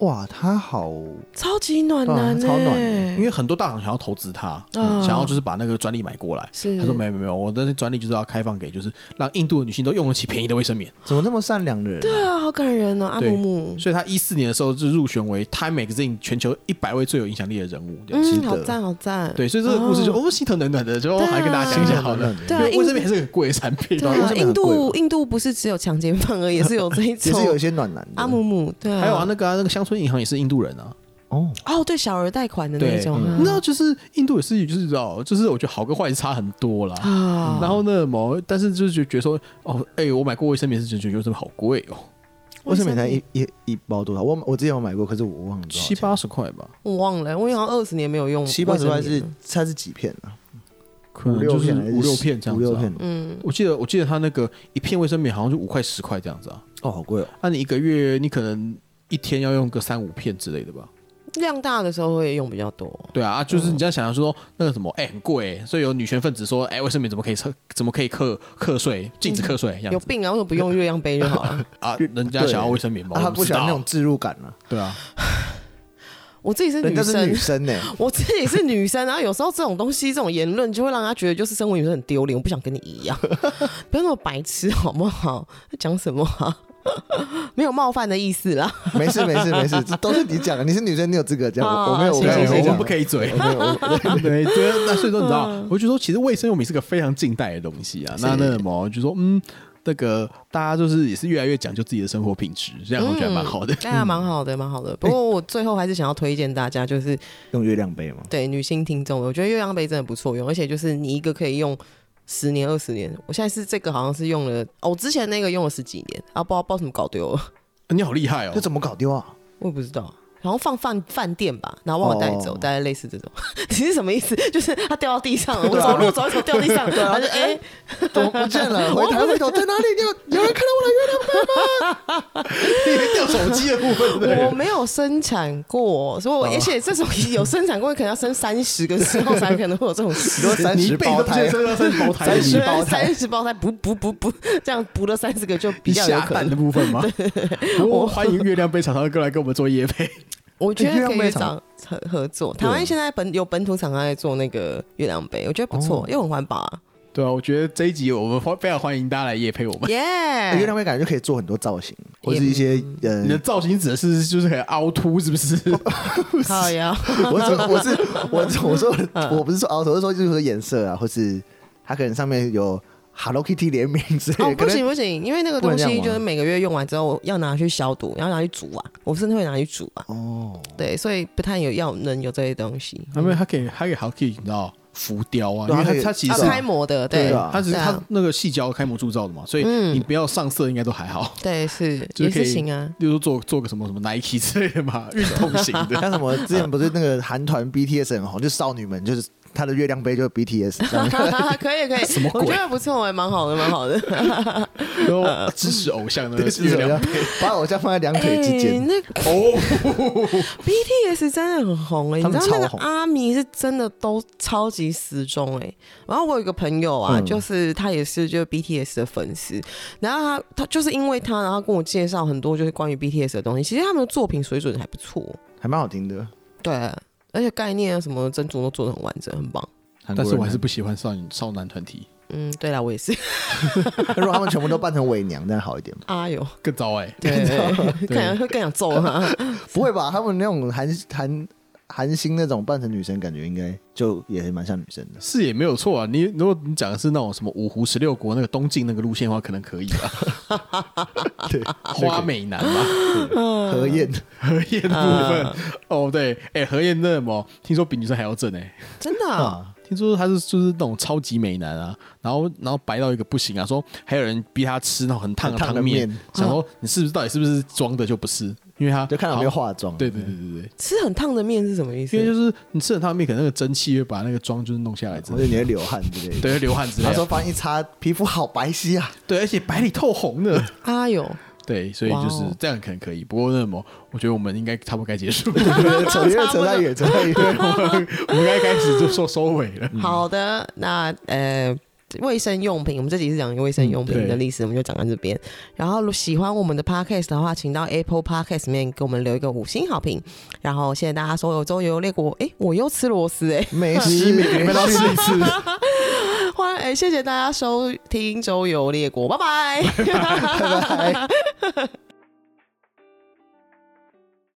Speaker 3: 哇，他好，
Speaker 1: 超级暖男、欸，
Speaker 3: 对啊超暖
Speaker 2: 因为很多大厂想要投资他，
Speaker 1: 啊
Speaker 2: 想要就是把那个专利买过来。
Speaker 1: 是
Speaker 2: 他说没有没有没有，我的专利就是要开放给就是让印度的女性都用得起便宜的卫生棉。
Speaker 3: 怎么那么善良的人啊？
Speaker 1: 对啊，好感人哦，阿
Speaker 2: 对
Speaker 1: 姆姆，
Speaker 2: 所以他一四年的时候就入选为 Time Magazine 全球一百位最有影响力的人物。这样
Speaker 3: 值
Speaker 1: 嗯，
Speaker 3: 得
Speaker 1: 好赞好赞，
Speaker 2: 对，所以这个故事就
Speaker 1: 哦
Speaker 2: 哦心疼暖暖的，就
Speaker 1: 对啊
Speaker 2: 还跟大家讲一下好了。
Speaker 1: 对
Speaker 3: 对
Speaker 1: 啊
Speaker 2: 因为卫生棉还是很贵的产品，
Speaker 1: 对
Speaker 3: 因为
Speaker 1: 啊，
Speaker 3: 这边很
Speaker 1: 印
Speaker 3: 贵
Speaker 1: 度
Speaker 3: 嘛
Speaker 1: 印度不是只有强奸犯而已，也是有这一
Speaker 3: (laughs) 也是有一
Speaker 1: 种
Speaker 3: 些暖男的。
Speaker 1: 阿姆姆，对啊，
Speaker 2: 还有啊，那个啊、那个乡村银行也是印度人啊。
Speaker 3: 哦，
Speaker 1: 哦，对，小额贷款的那
Speaker 2: 对
Speaker 1: 种
Speaker 3: 嗯
Speaker 1: 啊，
Speaker 2: 你知道，就是印度也是，就是知道，就是我觉得好跟坏差很多啦。
Speaker 1: 啊，
Speaker 2: 然后呢，某但是就是觉得说，哦，哎、我买过卫生棉是觉得这么好贵哦，
Speaker 3: 卫生棉才一一一包多少？我我之前有买过，可是我忘了多少
Speaker 2: 七
Speaker 3: 钱
Speaker 2: 八十块吧，
Speaker 1: 我忘了，我好像二十年没有用
Speaker 3: 七八十
Speaker 1: 卫
Speaker 3: 块
Speaker 1: 生棉
Speaker 3: 是
Speaker 1: 了
Speaker 3: 它是几片啊？
Speaker 2: 可能就是
Speaker 3: 还
Speaker 2: 五六片这样
Speaker 3: 五
Speaker 2: 子、啊。
Speaker 3: 六片
Speaker 1: 嗯，
Speaker 2: 我记得我记得他那个一片卫生棉好像就五块十块这样子啊。
Speaker 3: 哦，好贵哦。
Speaker 2: 那、你一个月你可能一天要用个三五片之类的吧？
Speaker 1: 量大的时候会用比较多。
Speaker 2: 对啊，啊就是你这样想想说那个什么，哎、很贵、所以有女权分子说，哎、卫生棉怎么可以课怎么可以课课税，禁止课税这
Speaker 1: 有
Speaker 2: 样子
Speaker 1: 病啊！为什么不用月亮杯就好了？
Speaker 2: 啊？人家想要卫生棉吗？
Speaker 3: 啊他
Speaker 2: 我
Speaker 3: 不
Speaker 2: 知
Speaker 3: 喜
Speaker 2: 道
Speaker 3: 欢那种置入感啊，
Speaker 2: 对啊， (laughs)
Speaker 1: 我自己是
Speaker 3: 人
Speaker 1: 女
Speaker 3: 家是
Speaker 1: 生
Speaker 3: 女，生呢、
Speaker 1: (laughs) 我自己是女生，然后有时候这种东西、这种言论，就会让他觉得就是身为女生很丢脸。我不想跟你一 (laughs) 样，不要那么白痴好不好？在讲什么啊？ (laughs) 没有冒犯的意思啦。
Speaker 3: 没事没事
Speaker 1: (laughs)
Speaker 3: 没事，这都是你讲的，你是女生，你有资格讲，
Speaker 1: 哦
Speaker 3: 我我没有，我
Speaker 1: 谢
Speaker 3: 没
Speaker 1: 谢
Speaker 3: 有，
Speaker 1: 谢谢
Speaker 2: 啊
Speaker 3: 我
Speaker 2: 我
Speaker 3: 没有
Speaker 2: 们不可以嘴嗯
Speaker 3: 我。没有，我
Speaker 2: (laughs) 对，对，那所以说你知 (laughs) 道，我就说其实卫生用品是个非常近代的东西啊。那那什么，就说嗯，那个大家就是也是越来越讲究自己的生活品质，这样我觉得蛮好的。 (laughs)
Speaker 1: 大家哎蛮好的，蛮好的。不过我最后还是想要推荐大家，就是
Speaker 3: 用月亮杯吗？
Speaker 1: 对女性听众，我觉得月亮杯真的不错用，而且就是你一个可以用十年、二十年。我现在是这个好像是用了，哦，我之前那个用了十几年，啊，不知道不知道怎么搞丢了，
Speaker 2: 你好厉害哦
Speaker 3: 这！怎么搞丢
Speaker 2: (laughs)
Speaker 3: 啊？
Speaker 1: 我也不知道。然后放饭饭店吧，然后忘了带走，
Speaker 3: 哦
Speaker 1: 大概类似这种。 (laughs) 你是什么意思？ (laughs) 就是它掉到地上了，我
Speaker 3: 对啊
Speaker 1: 走路走一走掉地上，然后就哎，
Speaker 3: 怎么不见 (laughs) 了？回头回头在哪里？有有人看到我的月亮杯？
Speaker 2: 掉手机的部 (laughs) 分，
Speaker 1: 我没有生产过，所以我而且这种有生产过，可能要生三十个时候才可能会有这种事
Speaker 3: 你。说 (laughs) 三
Speaker 2: 你
Speaker 3: 十
Speaker 2: 被
Speaker 3: 胞
Speaker 2: 动
Speaker 3: 胎啊
Speaker 2: 接？收到三十胞胎，
Speaker 3: 三十胞胎
Speaker 1: 三十胞胎，补补补补，这样补了三十个就比
Speaker 2: 你
Speaker 1: 较有
Speaker 2: 下
Speaker 1: 可
Speaker 2: 蛋
Speaker 1: 能。
Speaker 2: 的部
Speaker 3: (laughs)
Speaker 2: 分吗？不过欢迎月亮杯厂商过来跟我们做夜配。
Speaker 1: 我觉
Speaker 3: 月
Speaker 1: 得可
Speaker 3: 亮
Speaker 1: 以
Speaker 3: 杯
Speaker 1: 去
Speaker 3: 厂
Speaker 1: 找合合作。台湾现在本有本土厂商在做那个月亮杯，我觉得不错，又很环保啊，
Speaker 2: 对啊，我觉得这一集我们欢非常欢迎大家来夜配我们。
Speaker 1: 耶！
Speaker 3: 哎月
Speaker 1: 哎
Speaker 3: 亮杯感觉就可以做很多造型，或是一些呃
Speaker 2: 你的，造型指的是就是很凹凸，是不是？ (laughs)
Speaker 1: 好呀，
Speaker 3: (laughs) 我是我是我是我说我不是说凹头，我是说就是说颜色啊，或是它可能上面有 Hello Kitty 联名之类
Speaker 1: 哦，
Speaker 3: 的，可
Speaker 1: 不行 (laughs)
Speaker 3: 能
Speaker 1: 不行，因为那个
Speaker 3: 不能
Speaker 1: 东
Speaker 3: 这样
Speaker 1: 西
Speaker 3: 吗
Speaker 1: 就是每个月用完之后要拿去消毒，然后拿去煮啊，我甚至会拿去煮啊。
Speaker 3: 哦，
Speaker 1: 对，所以不太有要能有这些东西。
Speaker 2: 他们它可以它可以好可以你知道浮雕啊，
Speaker 3: 对
Speaker 2: 因为它
Speaker 3: 它可以
Speaker 2: 它其
Speaker 1: 它
Speaker 2: 实
Speaker 3: 是啊
Speaker 1: 开模的，
Speaker 3: 对
Speaker 1: 对
Speaker 3: 啊
Speaker 2: 它只是
Speaker 1: 对啊
Speaker 2: 它那个细胶开模铸造的嘛，所以你不要上色应该都还好。
Speaker 1: 对是
Speaker 2: 就
Speaker 1: 也
Speaker 2: 是可
Speaker 1: 是
Speaker 2: 以
Speaker 1: 行啊。
Speaker 2: 例如说做做个什么什么 Nike 之类的嘛，运动型的。
Speaker 1: (laughs)
Speaker 3: 像什么之前不是那个韩团 BTS 很红，就是少女们就是她的月亮杯就是 BTS 这样
Speaker 1: (laughs) 可以可以
Speaker 2: 什么，鬼
Speaker 1: 我觉得不错哎，蛮好的，蛮好
Speaker 3: (laughs)
Speaker 1: 的。
Speaker 2: 然后支持偶像的
Speaker 3: 就是
Speaker 2: 月
Speaker 3: 怎么
Speaker 2: 亮
Speaker 3: 样，把偶像放在两腿之间。
Speaker 1: 哎那个
Speaker 2: (laughs) 哦，
Speaker 1: BTS 真的很红哎、
Speaker 3: 他
Speaker 1: 你
Speaker 3: 们
Speaker 1: 知道那个
Speaker 3: 超红
Speaker 1: 阿迷是真的都超级死忠哎、然后我有一个朋友啊，
Speaker 3: 嗯
Speaker 1: 就是他也是就是 BTS 的粉丝，然后他他就是因为他，然后跟我介绍很多就是关于 BTS 的东西。其实他们的作品水准还不错，
Speaker 3: 还蛮好听的。
Speaker 1: 对，而且概念啊什么真主都做的很完整，很棒。
Speaker 2: 但是我还是不喜欢少女少男团体，
Speaker 1: 嗯，对啦，我也是。
Speaker 3: (laughs) 如果他们全部都扮成伪娘，这样好一点吗？
Speaker 1: 哎呦，
Speaker 2: 更糟哎。
Speaker 1: 对，更想会更想揍他。
Speaker 3: 不会吧？他们那种韩韩韩星那种扮成女生，感觉应该就也蛮像女生
Speaker 2: (laughs)
Speaker 3: 的。
Speaker 2: 是也没有错啊，你如果你讲的是那种什么五胡十六国那个东晋那个路线的话，可能可以吧。 (laughs)
Speaker 3: 对，
Speaker 2: 花美男嘛，
Speaker 3: 何燕
Speaker 2: 何燕的部
Speaker 3: 嗯
Speaker 2: 分，哦对，哎、何燕那么听说比女生还要正哎、
Speaker 1: 真的啊、
Speaker 3: 啊，
Speaker 2: 听说他是就是那种超级美男啊，然后然后白到一个不行啊，说还有人逼他吃那种很烫的
Speaker 3: 很烫的
Speaker 2: 汤面，
Speaker 3: 面嗯
Speaker 2: 想说你是不是到底是不是装的就不是，因为他
Speaker 3: 就看到没有化妆。
Speaker 2: 对对对对对，
Speaker 1: 吃很烫的面是什么意思
Speaker 2: 因为？就是你吃很烫的面，可能那个蒸汽会把那个妆就是弄下来之
Speaker 3: 或
Speaker 2: 类
Speaker 3: 者
Speaker 2: 的，
Speaker 3: 你会流汗之类的。
Speaker 2: 对，会流汗之类
Speaker 3: 他说
Speaker 2: 的，
Speaker 3: 发现一擦，皮肤好白皙啊！
Speaker 2: 对，而且白里透红的，
Speaker 1: 哎呦，
Speaker 2: (laughs) 对，所以就是
Speaker 1: 哇哦
Speaker 2: 这样可能可以，不过那么我觉得我们应该差不多该结束了， (laughs)
Speaker 3: (laughs) 扯越扯太远，扯太远。
Speaker 2: 我们我们该开始就说收尾了。
Speaker 1: 好的，那呃。卫生用品，我们这集是讲卫生用
Speaker 2: 嗯
Speaker 1: 品
Speaker 2: 对
Speaker 1: 的历史，我们就讲到这边。然后，如喜欢我们的 podcast 的话，请到 Apple Podcast 里面给我们留一个五星好评。然后，谢谢大家收有周游列国，哎、我又吃螺丝哎、
Speaker 3: 没
Speaker 2: 你
Speaker 3: 事，
Speaker 2: 每个礼拜都吃一次，
Speaker 1: 欢哎、谢谢大家收听周游列国，拜拜。 (laughs)
Speaker 3: 拜拜。